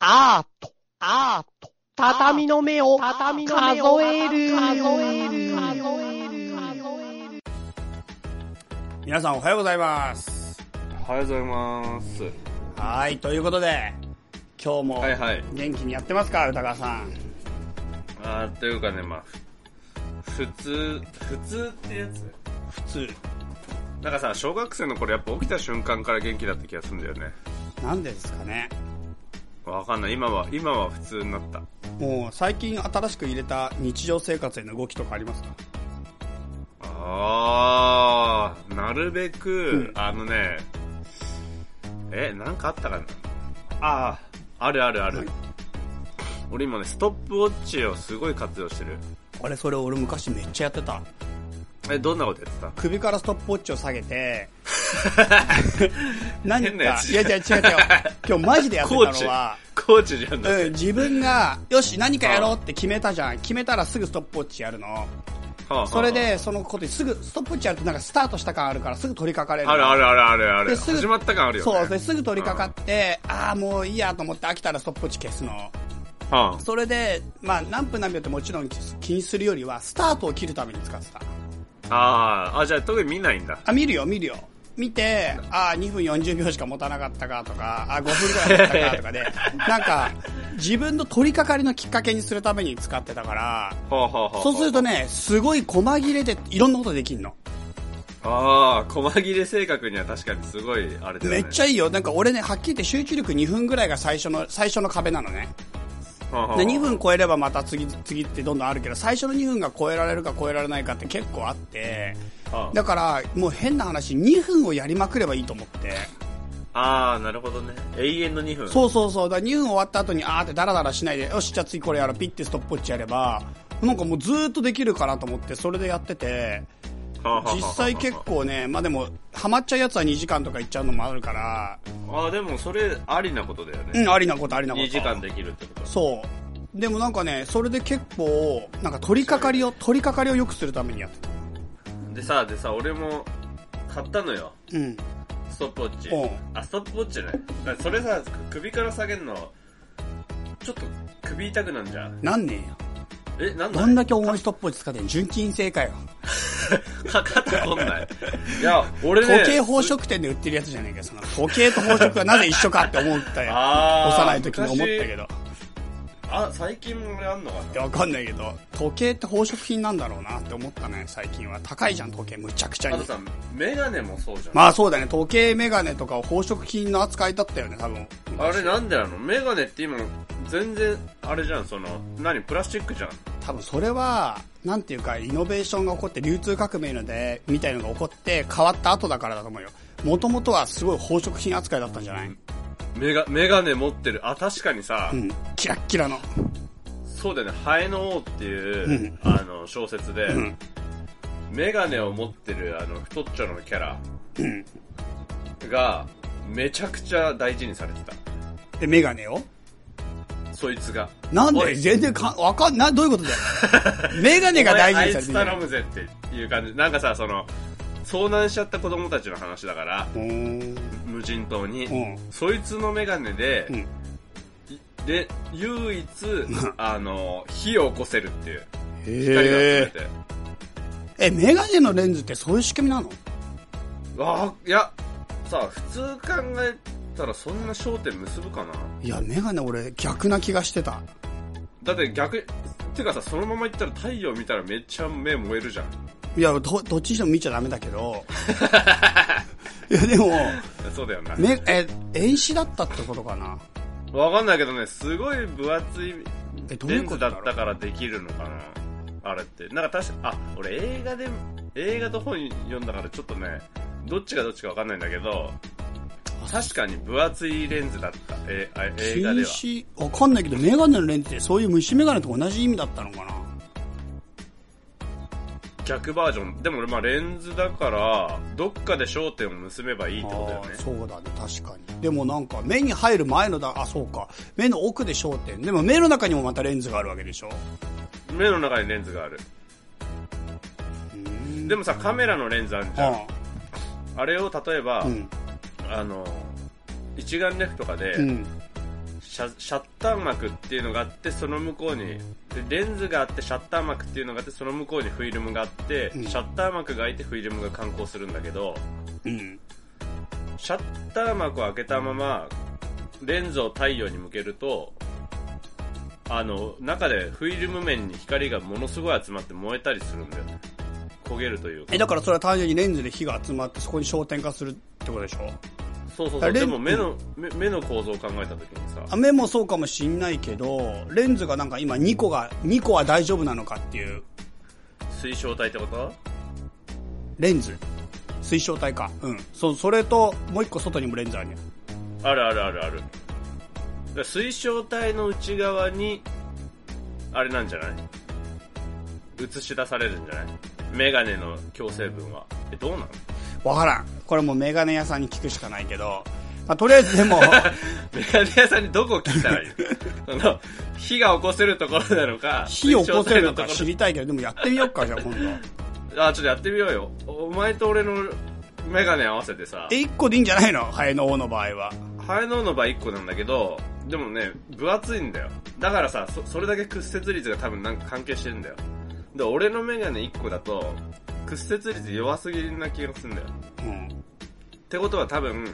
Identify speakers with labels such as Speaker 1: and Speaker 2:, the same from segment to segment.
Speaker 1: アート、アート、畳の目を、畳の目を数える、
Speaker 2: 皆さんおはようございます。
Speaker 3: おはようございます。
Speaker 2: はい、ということで、今日も
Speaker 3: はいはい
Speaker 2: 元気にやってますか、歌川さん。
Speaker 3: あー、というかね、まあ、ふ普通、普通ってやつ
Speaker 2: 普通。
Speaker 3: なんかさ、小学生の頃やっぱ起きた瞬間から元気だった気がするんだよね。
Speaker 2: なんでですかね。
Speaker 3: わかんない。今は、今は普通になった。
Speaker 2: もう最近新しく入れた日常生活への動きとかありますか
Speaker 3: あー、なるべく、あのね、え、なんかあったかなあー、あるあるある。俺今ね、ストップウォッチをすごい活用してる。
Speaker 2: あれ、それ俺昔めっちゃやってた。
Speaker 3: え、どんなことやってた
Speaker 2: 首からストップウォッチを下げ て、何
Speaker 3: 変
Speaker 2: か、
Speaker 3: ないや
Speaker 2: や
Speaker 3: つ
Speaker 2: 違う違う違う。今日マジでやってた
Speaker 3: コーチ
Speaker 2: のは、、
Speaker 3: コーチじゃんだっ
Speaker 2: う
Speaker 3: て
Speaker 2: ん、自分が、よし、何かやろうって決めたじゃん。決めたらすぐストップウォッチやるの。
Speaker 3: はあはあ
Speaker 2: それ、で、そのことにすぐ、ストップウォッチやるとなんかスタートした感あるからすぐ取りかかれるの。
Speaker 3: あるあるあるあるある。
Speaker 2: ですぐ
Speaker 3: 始まった感あるよね。
Speaker 2: そう、ですぐ取りかかって、ああ、もういいやと思って飽きたらストップウォッチ消すの。
Speaker 3: は
Speaker 2: それで、まあ、何分何秒ってもちろん気にするよりは、スタートを切るために使ってた。
Speaker 3: あ、ああ、あ、じゃあ特に見ないんだ。
Speaker 2: あ、見るよ、見るよ。見て、ああ、2分40秒しか持たなかったかとか、ああ、5分ぐらい持ったかとか で、なんか、自分の取り掛かりのきっかけにするために使ってたから、
Speaker 3: はあ、はあはあはあ、
Speaker 2: そうするとね、すごい細切れでいろんなことできんの。
Speaker 3: ああ、細切れ性格には確かにすごい、あれだよ
Speaker 2: めっ
Speaker 3: ね。
Speaker 2: ちゃいいよ。なんか俺ね、はっきり言って集中力2分ぐらいが最初の、最初の壁なのね。
Speaker 3: はあはあ
Speaker 2: で2分超えればまた次次ってどんどんあるけど最初の2分が超えられるか超えられないかって結構あって
Speaker 3: あ
Speaker 2: だからもう変な話2分をやりまくればいいと思って
Speaker 3: ああ、なるほどね。永遠の2分。
Speaker 2: そうそうそうだ2分終わった後にあーってダラダラしないでよしじゃあ次これやろうピッてストップウォッチやればなんかもうずーっとできるかなと思ってそれでやってて
Speaker 3: はあはあはあはあ
Speaker 2: 実際結。構ねまあでもハマっちゃうやつは2時間とかいっちゃうのもあるから
Speaker 3: ああ、でもそれ、ありなことだよ
Speaker 2: う
Speaker 3: ね。
Speaker 2: んありなことありなこと
Speaker 3: 2時間できるってこと。
Speaker 2: そうでもなんかねそれで結構なんか取り掛かりを取り掛かりを良くするためにやってた
Speaker 3: でさ、でさ、俺も、買ったのよ。
Speaker 2: うん
Speaker 3: ストップウォッチ。
Speaker 2: うん
Speaker 3: あ、ストップウォッチね。だからそれさ、首から下げるの、ちょっと首痛くなんじゃん。
Speaker 2: なんねえよ。
Speaker 3: え、なんだ
Speaker 2: どんだけ重いストップウォッチ使ってんの純金製かよ。
Speaker 3: かかってこんない。いや、俺ね。
Speaker 2: 時計宝飾店で売ってるやつじゃねえかよ、その。時計と宝飾はなぜ一緒かって思った よ。
Speaker 3: あー
Speaker 2: 幼い時に思ったけど。
Speaker 3: あ、最近も俺あんのか
Speaker 2: いや、わかんないけど、時計って宝飾品なんだろうなって思ったね、最近は。高いじゃん、時計、むちゃくちゃ
Speaker 3: なあ
Speaker 2: に
Speaker 3: と。さ、メガネもそうじゃん。
Speaker 2: まあそうだね、時計メガネとかを宝飾品の扱いだったよね、多分。
Speaker 3: あれなんでなのメガネって今、全然、あれじゃん、その、何プラスチックじゃん。
Speaker 2: 多分それは、なんていうか、イノベーションが起こって、流通革命ので、みたいのが起こって、変わった後だからだと思うよ。もともとはすごい宝飾品扱いだったんじゃない
Speaker 3: メガ、メガネ持ってる。あ、確かにさ、
Speaker 2: うん。キラッキラの。
Speaker 3: そうだよね、ハエの王っていう、
Speaker 2: うん
Speaker 3: あの、小説で、
Speaker 2: ん
Speaker 3: メガネを持ってる、あの、太っちょのキャラ
Speaker 2: うん。
Speaker 3: が、めちゃくちゃ大事にされてた。
Speaker 2: で、メガネを
Speaker 3: そいつが。
Speaker 2: なん
Speaker 3: お
Speaker 2: で
Speaker 3: い
Speaker 2: 全然か、わかん、な、どういうこと だよ。メガネが大事にされてる
Speaker 3: お前あいつ頼むぜっていう感じ。なんかさ、その、遭難しちゃった子供たちの話だから、
Speaker 2: うーん
Speaker 3: 無人島に、
Speaker 2: うん
Speaker 3: そいつのメガネで、
Speaker 2: うん
Speaker 3: いで、唯一、あの、火を起こせるっていう。光が集め
Speaker 2: へ
Speaker 3: て。
Speaker 2: え。え、メガネのレンズってそういう仕組みなの
Speaker 3: わあ、いや、さあ、普通考えたらそんな焦点結ぶかない
Speaker 2: や、メガネ俺逆な気がしてた。
Speaker 3: だって逆、てかさ、そのまま行ったら太陽見たらめっちゃ目燃えるじゃん。
Speaker 2: いや、ど、どっちにしても見ちゃダメだけ ど。いや、でも、
Speaker 3: そうだよな。
Speaker 2: め、え、遠視だったってことかな。
Speaker 3: わかんないけどね、すごい分厚い
Speaker 2: え、どう
Speaker 3: レ
Speaker 2: いう
Speaker 3: ン
Speaker 2: こ
Speaker 3: ズ
Speaker 2: と
Speaker 3: だ
Speaker 2: だろ
Speaker 3: っ
Speaker 2: う
Speaker 3: たからできるのかなあれって。なんか確か、あ、俺映画で、映画と本読んだからちょっとね、どっちがどっちかわかんないんだけど、確かに分厚いレンズだった、えあ映画
Speaker 2: 近
Speaker 3: では。
Speaker 2: 視、わかんないけど、メガネのレンズってそういう虫メガネと同じ意味だったのかな。
Speaker 3: 逆バージョン。でも俺まあレンズだから、どっかで焦点を結べばいいってことだよね
Speaker 2: あー。そうだね、確かに。でもなんか、目に入る前のだ、あ、そうか。目の奥で焦点。でも目の中にもまたレンズがあるわけでしょ
Speaker 3: 目の中にレンズがある。でもさ、カメラのレンズあるじゃん。
Speaker 2: あ
Speaker 3: あれを例えば、
Speaker 2: あうん。
Speaker 3: あの、一眼レフとかで、
Speaker 2: うん。
Speaker 3: シャシャッター膜っていうのがあってその向こうにでレンズがあってシャッター膜っていうのがあってその向こうにフィルムがあって、
Speaker 2: うん
Speaker 3: シャッター膜が開いてフィルムが観光するんだけど
Speaker 2: うん。
Speaker 3: シャッター膜を開けたままレンズを太陽に向けるとあの中でフィルム面に光がものすごい集まって燃えたりするんだよね焦げるというか
Speaker 2: え、だからそれは単純にレンズで火が集まってそこに焦点化するってことでしょ
Speaker 3: そうそう
Speaker 2: あ
Speaker 3: そう
Speaker 2: レン
Speaker 3: でも目の目目の構造を考えた時にさ
Speaker 2: あ目もそうかもしんないけど、レンズがなんか今2個が、2個は大丈夫なのかっていう、
Speaker 3: 水晶体ってこと
Speaker 2: レンズ水晶体か。うん。そ、それと、もう一個外にもレンズあるね。
Speaker 3: あるあるあるあるだから水晶体の内側にあれなんじゃない映し出されるんじゃないメガネの強成分はえどうなの
Speaker 2: わからん。これもうメガネ屋さんに聞くしかないけど、まあ、とりあえずでも、
Speaker 3: メガネ屋さんにどこを聞いたらいい のその火が起こせるところなのか
Speaker 2: 火を起こせるのか
Speaker 3: 水
Speaker 2: 知
Speaker 3: 晶体
Speaker 2: りたいけど、でもやってみよっか、じゃあ今度。
Speaker 3: とかあちょっとやってみようよおお前と俺のメガネ合わせてさ
Speaker 2: え、1個でいいんじゃないのハエの王の場合は。
Speaker 3: ハエのの場合1個なんだけどでもね分厚いんだよだからさそそれだけ屈折率が多分なんか関係してるんだよで俺のメガネ1個だと屈折率弱すぎな気がするんだよ
Speaker 2: うん。
Speaker 3: ってことは多分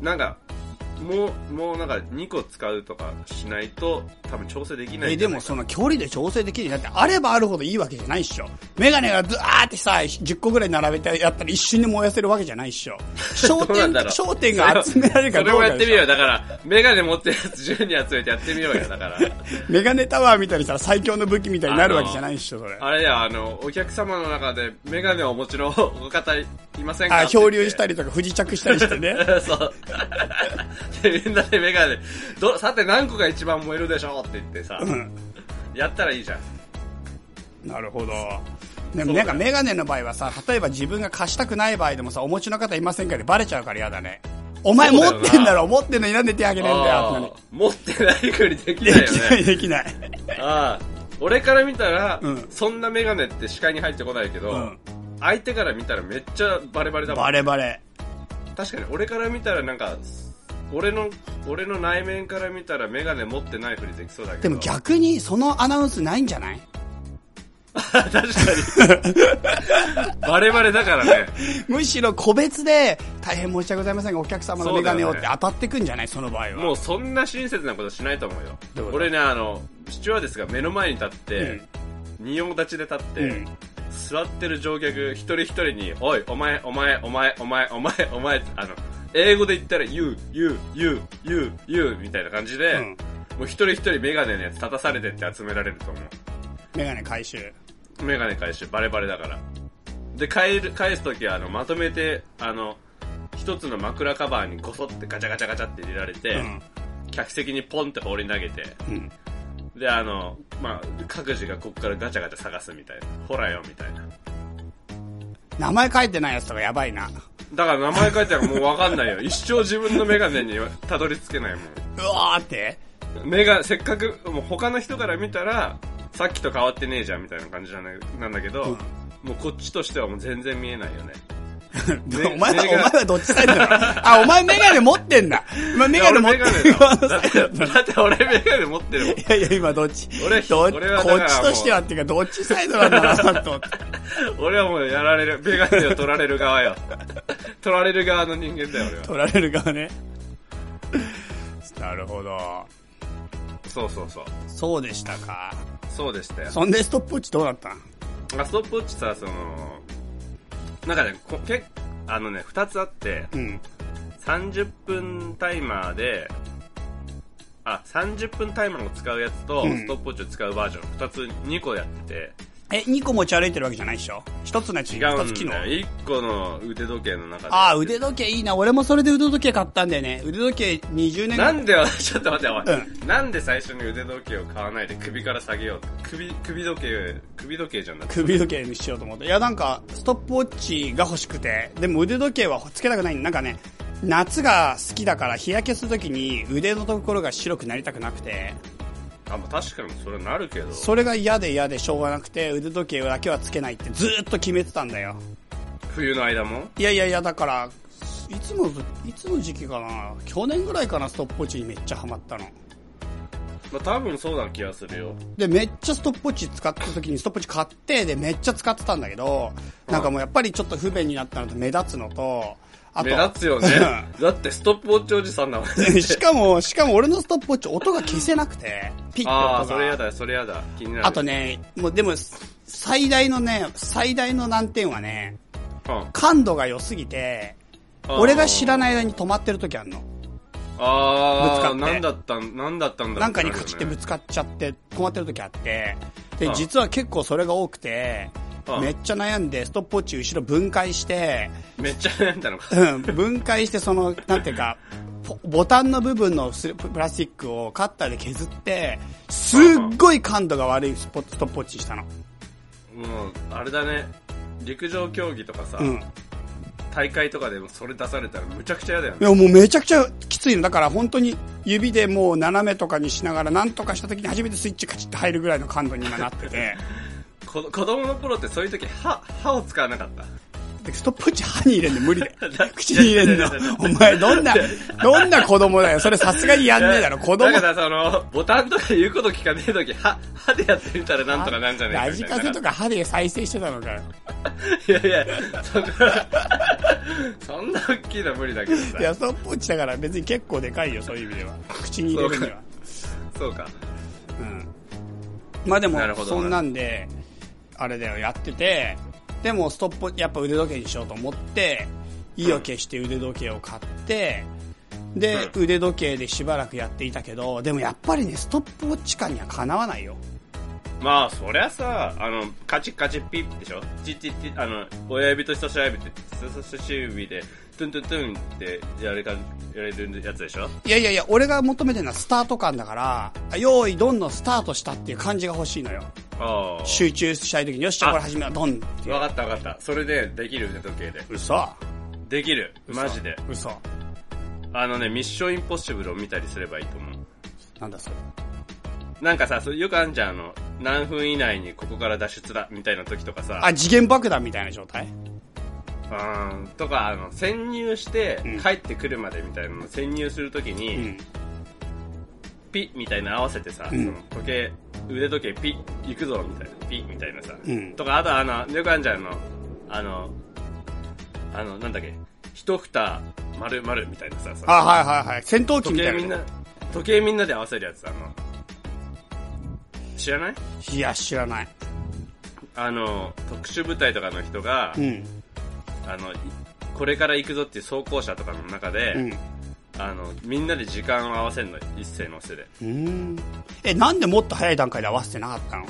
Speaker 3: なんかもうもうなんか2個使うとかしないと多分調整できない
Speaker 2: え、
Speaker 3: んじ
Speaker 2: で
Speaker 3: ゃない
Speaker 2: もその距離で調整できる。だってあればあるほどいいわけじゃないっしょ。メガネがずーってさ、10個ぐらい並べてやったら一瞬で燃やせるわけじゃないっしょ。焦
Speaker 3: どうな
Speaker 2: 点
Speaker 3: んだろ、う
Speaker 2: 焦点が集められるか
Speaker 3: それ
Speaker 2: どう
Speaker 3: も
Speaker 2: か
Speaker 3: やってみようよ。
Speaker 2: う。
Speaker 3: だから、メガネ持ってるやつ10人集めてやってみようよ。だから、
Speaker 2: メガネタワーみたいにしたら最強の武器みたいになるわけじゃないっしょ、それ。
Speaker 3: あれや、あの、お客様の中でメガネをお持ちのお方いませんか
Speaker 2: あ、漂流した
Speaker 3: り。
Speaker 2: りとか不時着したりしてね。
Speaker 3: そう。で、みんなでメガネ、ど、さて何個が一番燃えるでしょうって言ってさ、
Speaker 2: うん。
Speaker 3: やったらいいじゃん。
Speaker 2: なるほど。でもなんかメガネの場合はさ、例えば自分が貸したくない場合でもさ、お持ちの方いませんかでバレちゃうから嫌だね。お前
Speaker 3: そう
Speaker 2: 持
Speaker 3: だよな
Speaker 2: ってんだろ、持ってんのになんで手あげねえんだよ、ってな
Speaker 3: あ
Speaker 2: る
Speaker 3: ー持ってないふうにできない
Speaker 2: で
Speaker 3: よ
Speaker 2: きない、
Speaker 3: ね。
Speaker 2: できない。
Speaker 3: ああ。俺から見たら、
Speaker 2: うん
Speaker 3: そんなメガネって視界に入ってこないけど、
Speaker 2: うん
Speaker 3: 相手から見たらめっちゃバレバレだもん
Speaker 2: バレバレ。
Speaker 3: 確かに俺から見たらなんか俺の俺の内面から見たらメガネ持ってないふりできそうだけど
Speaker 2: でも逆にそのアナウンスないんじゃ ない
Speaker 3: 確かにバレバレだからね
Speaker 2: むしろ個別で、大変申し訳ございませんが、お客様のメガネをっ
Speaker 3: そ
Speaker 2: て
Speaker 3: うだよ
Speaker 2: 当たってくんじゃないその場合は。
Speaker 3: もうそんな親切なことしないと思うよ
Speaker 2: どういうこと
Speaker 3: 俺ねあの父親ですが目の前に立って、仁王立ちで立って、
Speaker 2: うん
Speaker 3: 座ってる乗客一人一人に「おいお前お前お前お前お前お前」あの英語で言ったら「You You You You You」みたいな感じで、
Speaker 2: うん
Speaker 3: もう一人一人メガネのやつ立たされてって集められると思う
Speaker 2: メガネ回収。
Speaker 3: メガネ回収バレバレだからで返る返す時はあのまとめてあの一つの枕カバーにゴソってガチャガチャガチャって入れられて、
Speaker 2: うん。
Speaker 3: 客席にポンって放り投げて
Speaker 2: うん。
Speaker 3: であの、まあ、各自がここからガチャガチャ探すみたいなほらよみたいな
Speaker 2: 名前書いてないやつとかやばいな。
Speaker 3: だから名前書いてたらもう分かんないよ一生自分のメガネにたどり着けないもん
Speaker 2: うわーって。
Speaker 3: メガせっかくもう他の人から見たらさっきと変わってねえじゃんみたいな感じじゃないなんだけど、
Speaker 2: うん
Speaker 3: もうこっちとしてはもう全然見えないよね
Speaker 2: お前は、お
Speaker 3: ねメガ
Speaker 2: 前はどっちサイドだろあ、お前メガネ持ってんだ。今メガネ持ってる側の
Speaker 3: だ
Speaker 2: サ
Speaker 3: っ
Speaker 2: イド
Speaker 3: て、
Speaker 2: だったの
Speaker 3: だって俺メガネ持って るもん。
Speaker 2: いやいや、今どっち。
Speaker 3: 俺
Speaker 2: どっ
Speaker 3: 俺はだ
Speaker 2: こ
Speaker 3: からもう
Speaker 2: っちとしてはっていうか、どっちサイドなんだろうなと思って。
Speaker 3: 俺はもうやられる、メガネを取られる側よ。取られる側の人間だよ、俺は。
Speaker 2: 取られる側ね。なるほど。
Speaker 3: そうそうそう。
Speaker 2: そうでしたか。
Speaker 3: そうでしたよ。
Speaker 2: そんでストップウォッチどうだったん
Speaker 3: あストップウォッチさ、その、なんかね、こけあのね、二つあって、
Speaker 2: うん。
Speaker 3: 30分タイマーで、あ、30分タイマーを使うやつと、
Speaker 2: うん
Speaker 3: ストップウォッチを使うバージョン、二つ、二個やってて、
Speaker 2: え、2個持ち歩いてるわけじゃないっしょ一つのやつ、
Speaker 3: 違
Speaker 2: 一
Speaker 3: うん
Speaker 2: つ機能。
Speaker 3: だよ。一個の腕時計の中で。
Speaker 2: ああ、腕時計いいな。俺もそれで腕時計買ったんだよね。腕時計20年
Speaker 3: な
Speaker 2: 間。
Speaker 3: んでよ、ちょっと待って、お前、
Speaker 2: う
Speaker 3: なんで最初に腕時計を買わないで首から下げようって首、首時計、首時計じゃなくて。
Speaker 2: 首時計にしようと思って。いや、なんか、ストップウォッチが欲しくて、でも腕時計はつけたくない。なんかね、夏が好きだから日焼けするときに腕のところが白くなりたくなくて、
Speaker 3: あ、まあ確かにそれはなるけど。
Speaker 2: それが嫌で嫌でしょうがなくて、腕時計だけはつけないってずーっと決めてたんだよ。
Speaker 3: 冬の間も
Speaker 2: いやいやいや、だから、いつの、いつの時期かな去年ぐらいかな、ストップウォッチにめっちゃハマったの。
Speaker 3: まあ、多分そうな気がするよ。
Speaker 2: で、めっちゃストップウォッチ使った時にストップウォッチ買って、で、めっちゃ使ってたんだけど、なんかもうやっぱりちょっと不便になったのと目立つのと、あ
Speaker 3: 目立
Speaker 2: と、
Speaker 3: つよね。だってストップウォッチおじさんなわ け
Speaker 2: しかも、しかも俺のストップウォッチ音が消せなくて、ピッて音が。
Speaker 3: ああ、それやだ、それやだ。気になる。
Speaker 2: あとね、もうでも、最大のね、最大の難点はね、
Speaker 3: うん、
Speaker 2: 感度が良すぎて、
Speaker 3: あー
Speaker 2: 俺が知らない間に止まってる時あんの。ぶつか
Speaker 3: ああ、
Speaker 2: って
Speaker 3: なんだったん、なんだったんだろう
Speaker 2: なんかにカチってぶつかっちゃって、止まってる時あって、で、実は結構それが多くて
Speaker 3: う、ん
Speaker 2: めっちゃ悩んで、ストップウォッチ後ろ分解して、
Speaker 3: めっちゃ悩んだのか。
Speaker 2: うん、分解して、その、なんていうか、ポボタンの部分のスプラスチックをカッターで削って、すっごい感度が悪いスポストップウォッチにしたの。
Speaker 3: もう、あれだね。陸上競技とかさ、
Speaker 2: うん。い
Speaker 3: 大会とかでもそれ出されたらむちゃくちゃやだよね。
Speaker 2: や、もうめちゃくちゃきついの。だから本当に指でもう斜めとかにしながら、なんとかした時に初めてスイッチカチッと入るぐらいの感度に今なってて、
Speaker 3: こ子供の頃ってそういう時、歯、歯を使わなかった。
Speaker 2: でストップウォッチ歯に入れんの無理だよ。口に入れんの。お前どんな、どんな子供だよ。それさすがにやんねえだろ。子供
Speaker 3: だからその、ボタンとか言うこと聞かねえ時、歯、歯でやってみたらなんとかなんじゃねえか
Speaker 2: ラ
Speaker 3: み
Speaker 2: ジ
Speaker 3: たいな。
Speaker 2: カセとか歯で再生してたのかよ。
Speaker 3: いやいや、そんな、 そんな大きいのは無理だけどさ
Speaker 2: い。や、ストップウォッチだから別に結構でかいよ、そういう意味では。口に入れるには。
Speaker 3: そうか。
Speaker 2: うん。まあでも
Speaker 3: なる、ほど
Speaker 2: そんなんで、あれだよ、やってて、でもストップウォッチ、やっぱ腕時計にしようと思って、意を決して腕時計を買って、で、
Speaker 3: う
Speaker 2: 腕時計でしばらくやっていたけど、でもやっぱりね、ストップウォッチ感にはかなわないよ。
Speaker 3: まあ、そりゃさ、あの、カチッカチッピッでしょチッチッチッ、あの、親指と人差し指で、人差し指で、トゥントゥントゥンってやれか、やれるやつでしょ
Speaker 2: いやいやいや、俺が求めてるのはスタート感だから、あ用意どんどんスタートしたっていう感じが欲しいのよ。
Speaker 3: ああ。
Speaker 2: 集中したい時に、よっしゃ、これ始めよう、ドンって。
Speaker 3: わかったわかった。それで、できる腕時計で。
Speaker 2: 嘘
Speaker 3: できる。マジで。
Speaker 2: 嘘。
Speaker 3: あのね、ミッションインポッシブルを見たりすればいいと思う。
Speaker 2: なんだそれ。
Speaker 3: なんかさ、それよくあんじゃん、あの、何分以内にここから脱出だ、みたいな時とかさ、
Speaker 2: あ、次元爆弾みたいな状態
Speaker 3: うーん、とか、あの、潜入して
Speaker 2: うん
Speaker 3: 帰ってくるまでみたいなの、潜入するとき
Speaker 2: う
Speaker 3: に、
Speaker 2: ん。
Speaker 3: ピッみたいなの合わせてさ、
Speaker 2: うん
Speaker 3: その時計、腕時計ピッ、行くぞ、みたいな、ピッみたいなさ、
Speaker 2: うん
Speaker 3: とか、あとあの、よくあんじゃん、あの、あの、あの、なんだっけ、一蓋、丸々みたいなさ、その
Speaker 2: あ、はいはいはい。戦闘機
Speaker 3: 時
Speaker 2: みた
Speaker 3: 計
Speaker 2: い
Speaker 3: みん
Speaker 2: な
Speaker 3: な。、時計みんなで合わせるやつ、あの、知らない
Speaker 2: いや、知らない。
Speaker 3: あの、特殊部隊とかの人が、
Speaker 2: うん。
Speaker 3: あの、いこれから行くぞっていう装甲車とかの中で、
Speaker 2: うん。う
Speaker 3: あの、みんなで時間を合わせるの、一斉のせで。
Speaker 2: ーん。え、なんでもっと早い段階で合わせてなかったの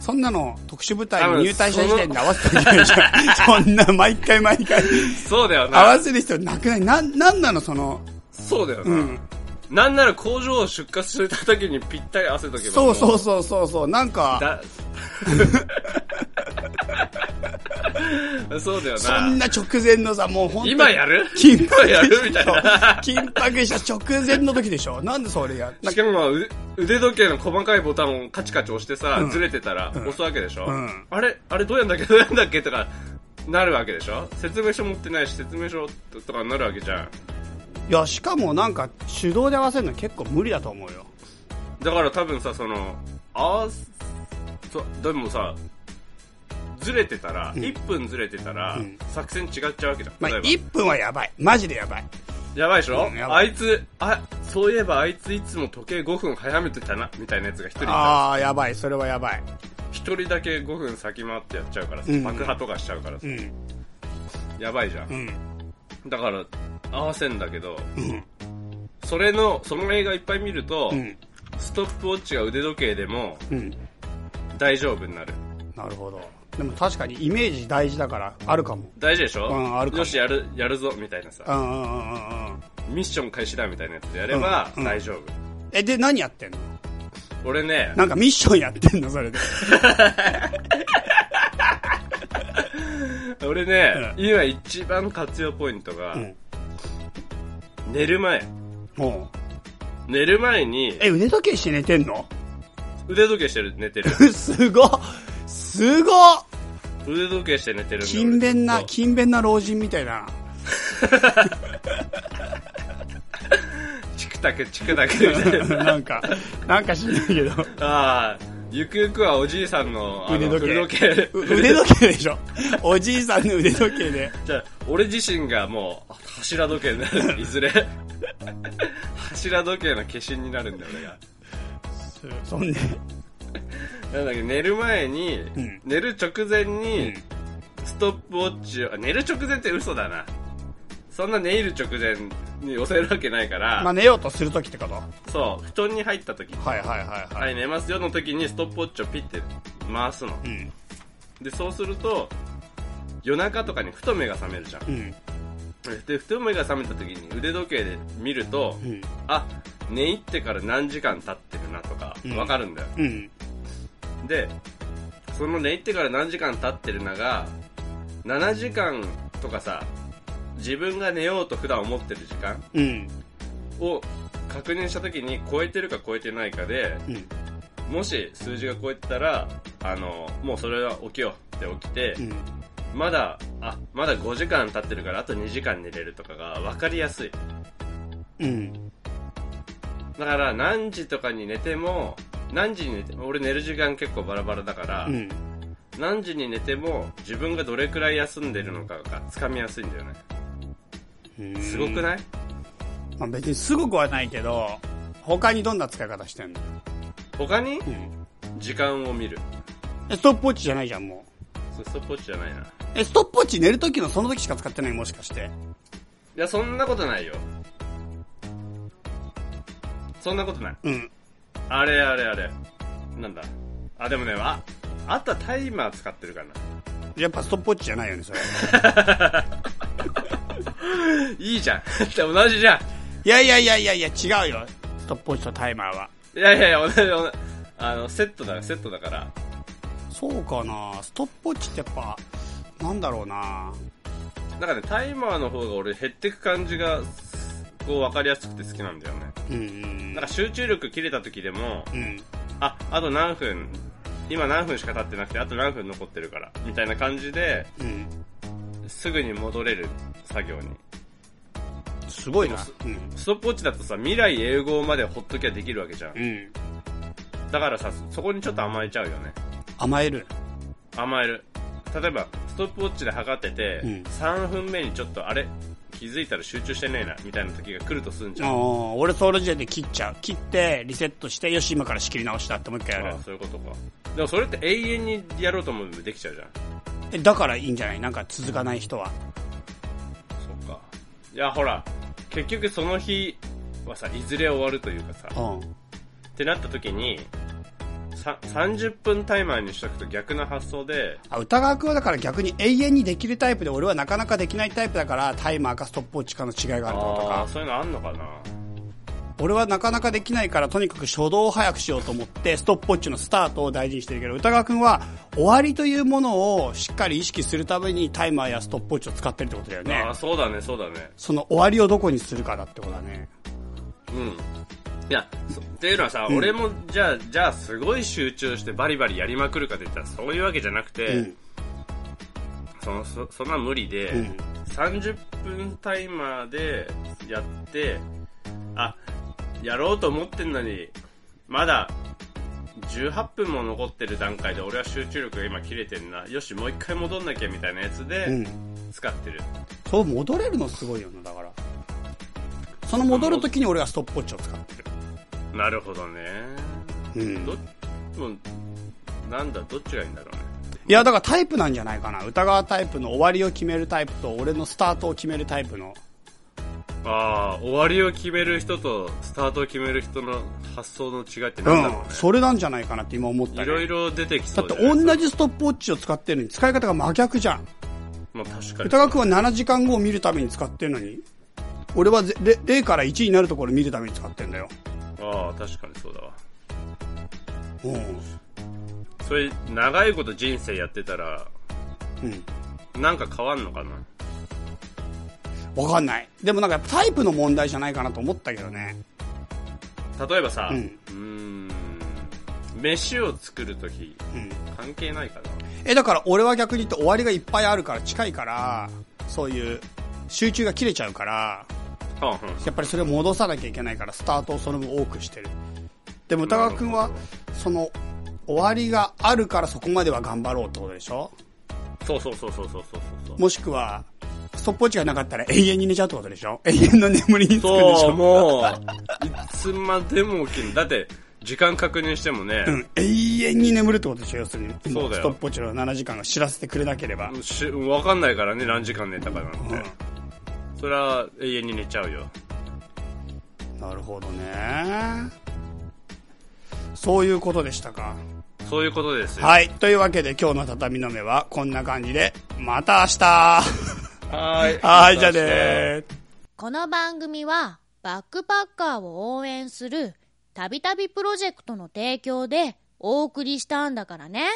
Speaker 2: そんなの、特殊部隊に入隊した時点で合わせてないじゃん。そんな、毎回毎回、
Speaker 3: そうだよ
Speaker 2: 合わ
Speaker 3: な。
Speaker 2: せる必要なくないなん、なんなのその、
Speaker 3: そうだよな。
Speaker 2: うん。
Speaker 3: なんなら工場を出荷すた時にぴったり合わせとけば。。
Speaker 2: そうそううそうそうそう、なんか、
Speaker 3: だそうだよ
Speaker 2: そんな
Speaker 3: な。
Speaker 2: 直前のさ、もう本当
Speaker 3: 今やる
Speaker 2: 緊
Speaker 3: 今
Speaker 2: 迫
Speaker 3: やるみたいな。
Speaker 2: 緊迫した直前の時でしょなんでそれや、なん
Speaker 3: し
Speaker 2: か、
Speaker 3: かもまあ、う腕時計の細かいボタンをカチカチ押してさ、
Speaker 2: うん
Speaker 3: ずれてたら押すわけでしょ、
Speaker 2: うん
Speaker 3: あれあれどうやんだっけどうやんだっけとか、なるわけでしょ説明書持ってないし、説明書とかになるわけじゃん。
Speaker 2: いや、しかもなんか、手動で合わせるの結構無理だと思うよ。
Speaker 3: だから多分さ、その、合わす、そうでもさ、ずれてたら、1分ずれてたら、
Speaker 2: うん
Speaker 3: 作戦違っちゃうわけじゃん。
Speaker 2: まあ、
Speaker 3: 例えば
Speaker 2: 1分はやばい。マジでやばい。
Speaker 3: やばいでしょ、
Speaker 2: うんやば
Speaker 3: あ
Speaker 2: い
Speaker 3: いつ、あ、そういえばあいついつも時計5分早めてたな、みたいなやつが一人いた。
Speaker 2: ああ、やばい。それはやばい。
Speaker 3: 一人だけ5分先回ってやっちゃうからさ、
Speaker 2: うん
Speaker 3: 爆破とかしちゃうからさ
Speaker 2: う、ん。
Speaker 3: やばいじゃん
Speaker 2: う。ん。
Speaker 3: だから、合わせんだけど、
Speaker 2: うん。
Speaker 3: それの、その映画いっぱい見ると、
Speaker 2: うん。
Speaker 3: ストップウォッチが腕時計でも
Speaker 2: うん。
Speaker 3: 大丈夫になる。
Speaker 2: なるほど。でも確かにイメージ大事だから、あるかも。
Speaker 3: 大事でしょ、
Speaker 2: うんあるかも
Speaker 3: よし、やる、やるぞ、みたいな
Speaker 2: う
Speaker 3: さ、
Speaker 2: んうんうんうんうん。
Speaker 3: ミッション開始だ、みたいなやつでやれば、
Speaker 2: うんうん
Speaker 3: 大丈夫。
Speaker 2: え、で、何やってんの
Speaker 3: 俺ね、
Speaker 2: なんかミッションやってんのそれで。
Speaker 3: 俺ね、今一番活用ポイントが、
Speaker 2: うん。
Speaker 3: 寝る前。
Speaker 2: もう。
Speaker 3: 寝る前に、
Speaker 2: え、腕時計して寝てんの
Speaker 3: 腕時計してる、寝てる。
Speaker 2: すごっすごっ
Speaker 3: 腕時計して寝てるんだ
Speaker 2: 勤勉な、
Speaker 3: 俺
Speaker 2: 勤勉な老人みたいだな。
Speaker 3: チクタク、チクタクみたいな。
Speaker 2: なんか、なんか知んないけど。
Speaker 3: ああ、ゆくゆくはおじいさんのあの
Speaker 2: 腕時計
Speaker 3: 腕時計
Speaker 2: う腕時計でしょ。おじいさんの腕時計で。
Speaker 3: じゃあ、俺自身がもう、柱時計にな る。いずれ。柱時計の化身になるんだよ、俺が。
Speaker 2: そんで、
Speaker 3: なんだっけ、寝る前に、
Speaker 2: うん
Speaker 3: 寝る直前に、
Speaker 2: うん
Speaker 3: ストップウォッチを、あ寝る直前って嘘だな。そんな寝入る直前に寄せるわけないから、
Speaker 2: まあ、寝ようとするときってことは
Speaker 3: そう、布団に入った時に、
Speaker 2: いはいはいは。
Speaker 3: はいい、寝ますよの時にストップウォッチをピッて回すの。
Speaker 2: うん。
Speaker 3: で、そうすると、夜中とかにふと目が覚めるじゃん。
Speaker 2: うん。
Speaker 3: で、ふと目が覚めた時に腕時計で見ると、
Speaker 2: うん。
Speaker 3: あ、寝入ってから何時間経ってるなとか
Speaker 2: う、ん
Speaker 3: わかるんだよ。
Speaker 2: うん。
Speaker 3: で、その寝入ってから何時間経ってるなが、7時間とかさ、自分が寝ようと普段思ってる時間
Speaker 2: うん。
Speaker 3: を確認した時に超えてるか超えてないかで、
Speaker 2: うん。
Speaker 3: もし数字が超えてたら、あの、もうそれは起きようって起きて、
Speaker 2: うん。
Speaker 3: まだ、あ、まだ5時間経ってるからあと2時間寝れるとかが分かりやすい。
Speaker 2: うん。
Speaker 3: だから何時とかに寝ても、何時に寝て俺寝る時間結構バラバラだから、
Speaker 2: うん。
Speaker 3: 何時に寝ても自分がどれくらい休んでるのかがつかみやすいんだよね。
Speaker 2: うん
Speaker 3: すごくない、
Speaker 2: まあ、別にすごくはないけど、他にどんな使い方してんの
Speaker 3: 他に
Speaker 2: うん。
Speaker 3: 時間を見る。
Speaker 2: えストップウォッチじゃないじゃん、もう。
Speaker 3: そうストップウォッチじゃないな。い
Speaker 2: え、ストップウォッチ寝るときのその時しか使ってないもしかして。
Speaker 3: や、そんなことないよ。そんなことない。
Speaker 2: うん。
Speaker 3: あれあれあれ。なんだ。あ、でもね、あ、あったタイマー使ってるかな。
Speaker 2: やっぱストップウォッチじゃないよね、それ。
Speaker 3: いいじゃん。 でも同じじゃん。
Speaker 2: いやいやいやいやいや、違うよ。ストップウォッチとタイマーは。
Speaker 3: いやいやいや、同じ同じ。あの、セットだ、セットだから。
Speaker 2: そうかなストップウォッチってやっぱ、なんだろうな
Speaker 3: なんかね、タイマーの方が俺減ってく感じが、こう分かりやすくて好きなんだよね。
Speaker 2: うんうん
Speaker 3: なんか集中力切れた時でも、
Speaker 2: うん。うん。
Speaker 3: あ、あと何分、今何分しか経ってなくて、あと何分残ってるから、みたいな感じで、
Speaker 2: うん。
Speaker 3: すぐに戻れる作業に。
Speaker 2: すごいな。うん。
Speaker 3: ストップウォッチだとさ、未来永劫までほっときゃできるわけじゃん
Speaker 2: う。ん。
Speaker 3: だからさ、そこにちょっと甘えちゃうよね。
Speaker 2: 甘える。
Speaker 3: 甘える。例えば、ストップウォッチで測ってて、
Speaker 2: うん
Speaker 3: 3分目にちょっと、あれ気づいたら集中してねえな、みたいな時が来るとすんじ
Speaker 2: あ
Speaker 3: ゃん。
Speaker 2: あ、俺その時点で切っちゃう。切って、リセットして、よし、今から仕切り直しだってもう一回や
Speaker 3: あ
Speaker 2: る
Speaker 3: あ。そういうことか。でもそれって永遠にやろうと思うとできちゃうじゃん。
Speaker 2: え、だからいいんじゃないなんか続かない人は。
Speaker 3: そっか。いや、ほら、結局その日はさ、いずれ終わるというかさ、
Speaker 2: うん。
Speaker 3: ってなった時に、さ30分タイマーにしとくと逆の発想で、
Speaker 2: あ、歌川くんはだから逆に永遠にできるタイプで、俺はなかなかできないタイプだから、タイマーかストップウォッチかの違いがあるってこと
Speaker 3: あ
Speaker 2: か
Speaker 3: ー。そういうのあんのかな
Speaker 2: 俺はなかなかできないから、とにかく初動を早くしようと思って、ストップウォッチのスタートを大事にしてるけど、歌川くんは、終わりというものをしっかり意識するために、タイマーやストップウォッチを使ってるってことだよ
Speaker 3: あ
Speaker 2: ね
Speaker 3: ー。そうだね、そうだね。
Speaker 2: その終わりをどこにするかだってことだね。
Speaker 3: うん。いや、そっていうのはさ、俺も、じゃあ、じゃあ、すごい集中してバリバリやりまくるかって言ったら、そういうわけじゃなくて、
Speaker 2: うん。
Speaker 3: そのそそんな無理で、
Speaker 2: うん。
Speaker 3: 30分タイマーでやって、あ、やろうと思ってんのに、まだ18分も残ってる段階で俺は集中力が今切れてんな。よし、もう一回戻んなきゃみたいなやつ
Speaker 2: う
Speaker 3: で
Speaker 2: ん。
Speaker 3: 使ってる。
Speaker 2: そう、戻れるのすごいよな、だから。その戻るときに俺はストップウォッチを使って
Speaker 3: なるほどね。
Speaker 2: る。うん。
Speaker 3: どっちも、なんだ、どっちがいいんだろうね。
Speaker 2: いや、だからタイプなんじゃないかな。歌川タイプの終わりを決めるタイプと、俺のスタートを決めるタイプの。
Speaker 3: ああ、終わりを決める人とスタートを決める人の発想の違いって
Speaker 2: う
Speaker 3: なんだ
Speaker 2: ん
Speaker 3: ろう。ね。
Speaker 2: それなんじゃないかなって今思った、ね。
Speaker 3: いろいろ出てき
Speaker 2: だ
Speaker 3: そ
Speaker 2: っ
Speaker 3: う
Speaker 2: て
Speaker 3: じゃない
Speaker 2: 同じストップウォッチを使ってるのに使い方が真逆じゃん。
Speaker 3: まあ確かに
Speaker 2: 歌。川くんは7時間後を見るために使ってるのに、俺はぜれ 0, から1になるところを見るために使ってんだよ。
Speaker 3: ああ、確かにそうだわ。
Speaker 2: うん。
Speaker 3: それ長いこと人生やってたら
Speaker 2: うん。
Speaker 3: なんか変わんのかな
Speaker 2: わかんない。でもなんかやっぱタイプの問題じゃないかなと思ったけどね。
Speaker 3: 例えばさ、
Speaker 2: う
Speaker 3: うんん、ん飯を作るとき
Speaker 2: うん。
Speaker 3: 関係ないかな
Speaker 2: え、だから俺は逆に言って終わりがいっぱいあるから近いから、そういう集中が切れちゃうから、
Speaker 3: はんはん
Speaker 2: やっぱりそれを戻さなきゃいけないから、スタートをその分多くしてる。でも、歌川くんは
Speaker 3: なる、
Speaker 2: その、終わりがあるからそこまでは頑張ろうってことでしょ
Speaker 3: そうそうそうそうそうそうそう
Speaker 2: もしくは、ストップウォッチがなかったら永遠に寝ちゃうってことでしょ永遠の眠りにつくんでし
Speaker 3: そう、
Speaker 2: ょ
Speaker 3: もう、いつまでも起きる。だって、時間確認してもね
Speaker 2: う、ん、永遠に眠るってことでしょ要するに。
Speaker 3: そうだ
Speaker 2: ス
Speaker 3: よ
Speaker 2: トップウォッチの7時間が知らせてくれなければ。
Speaker 3: しわかんないからね、何時間寝たかなんて。それは永遠に寝ちゃうよ。
Speaker 2: なるほどね。そういうことでしたか。
Speaker 3: そういうことですよ。
Speaker 2: はい。というわけで今日の畳の目はこんな感じで、また明日
Speaker 3: はーい
Speaker 2: はい、じゃあねー。
Speaker 4: この番組はバックパッカーを応援するたびたびプロジェクトの提供でお送りしたんだからね。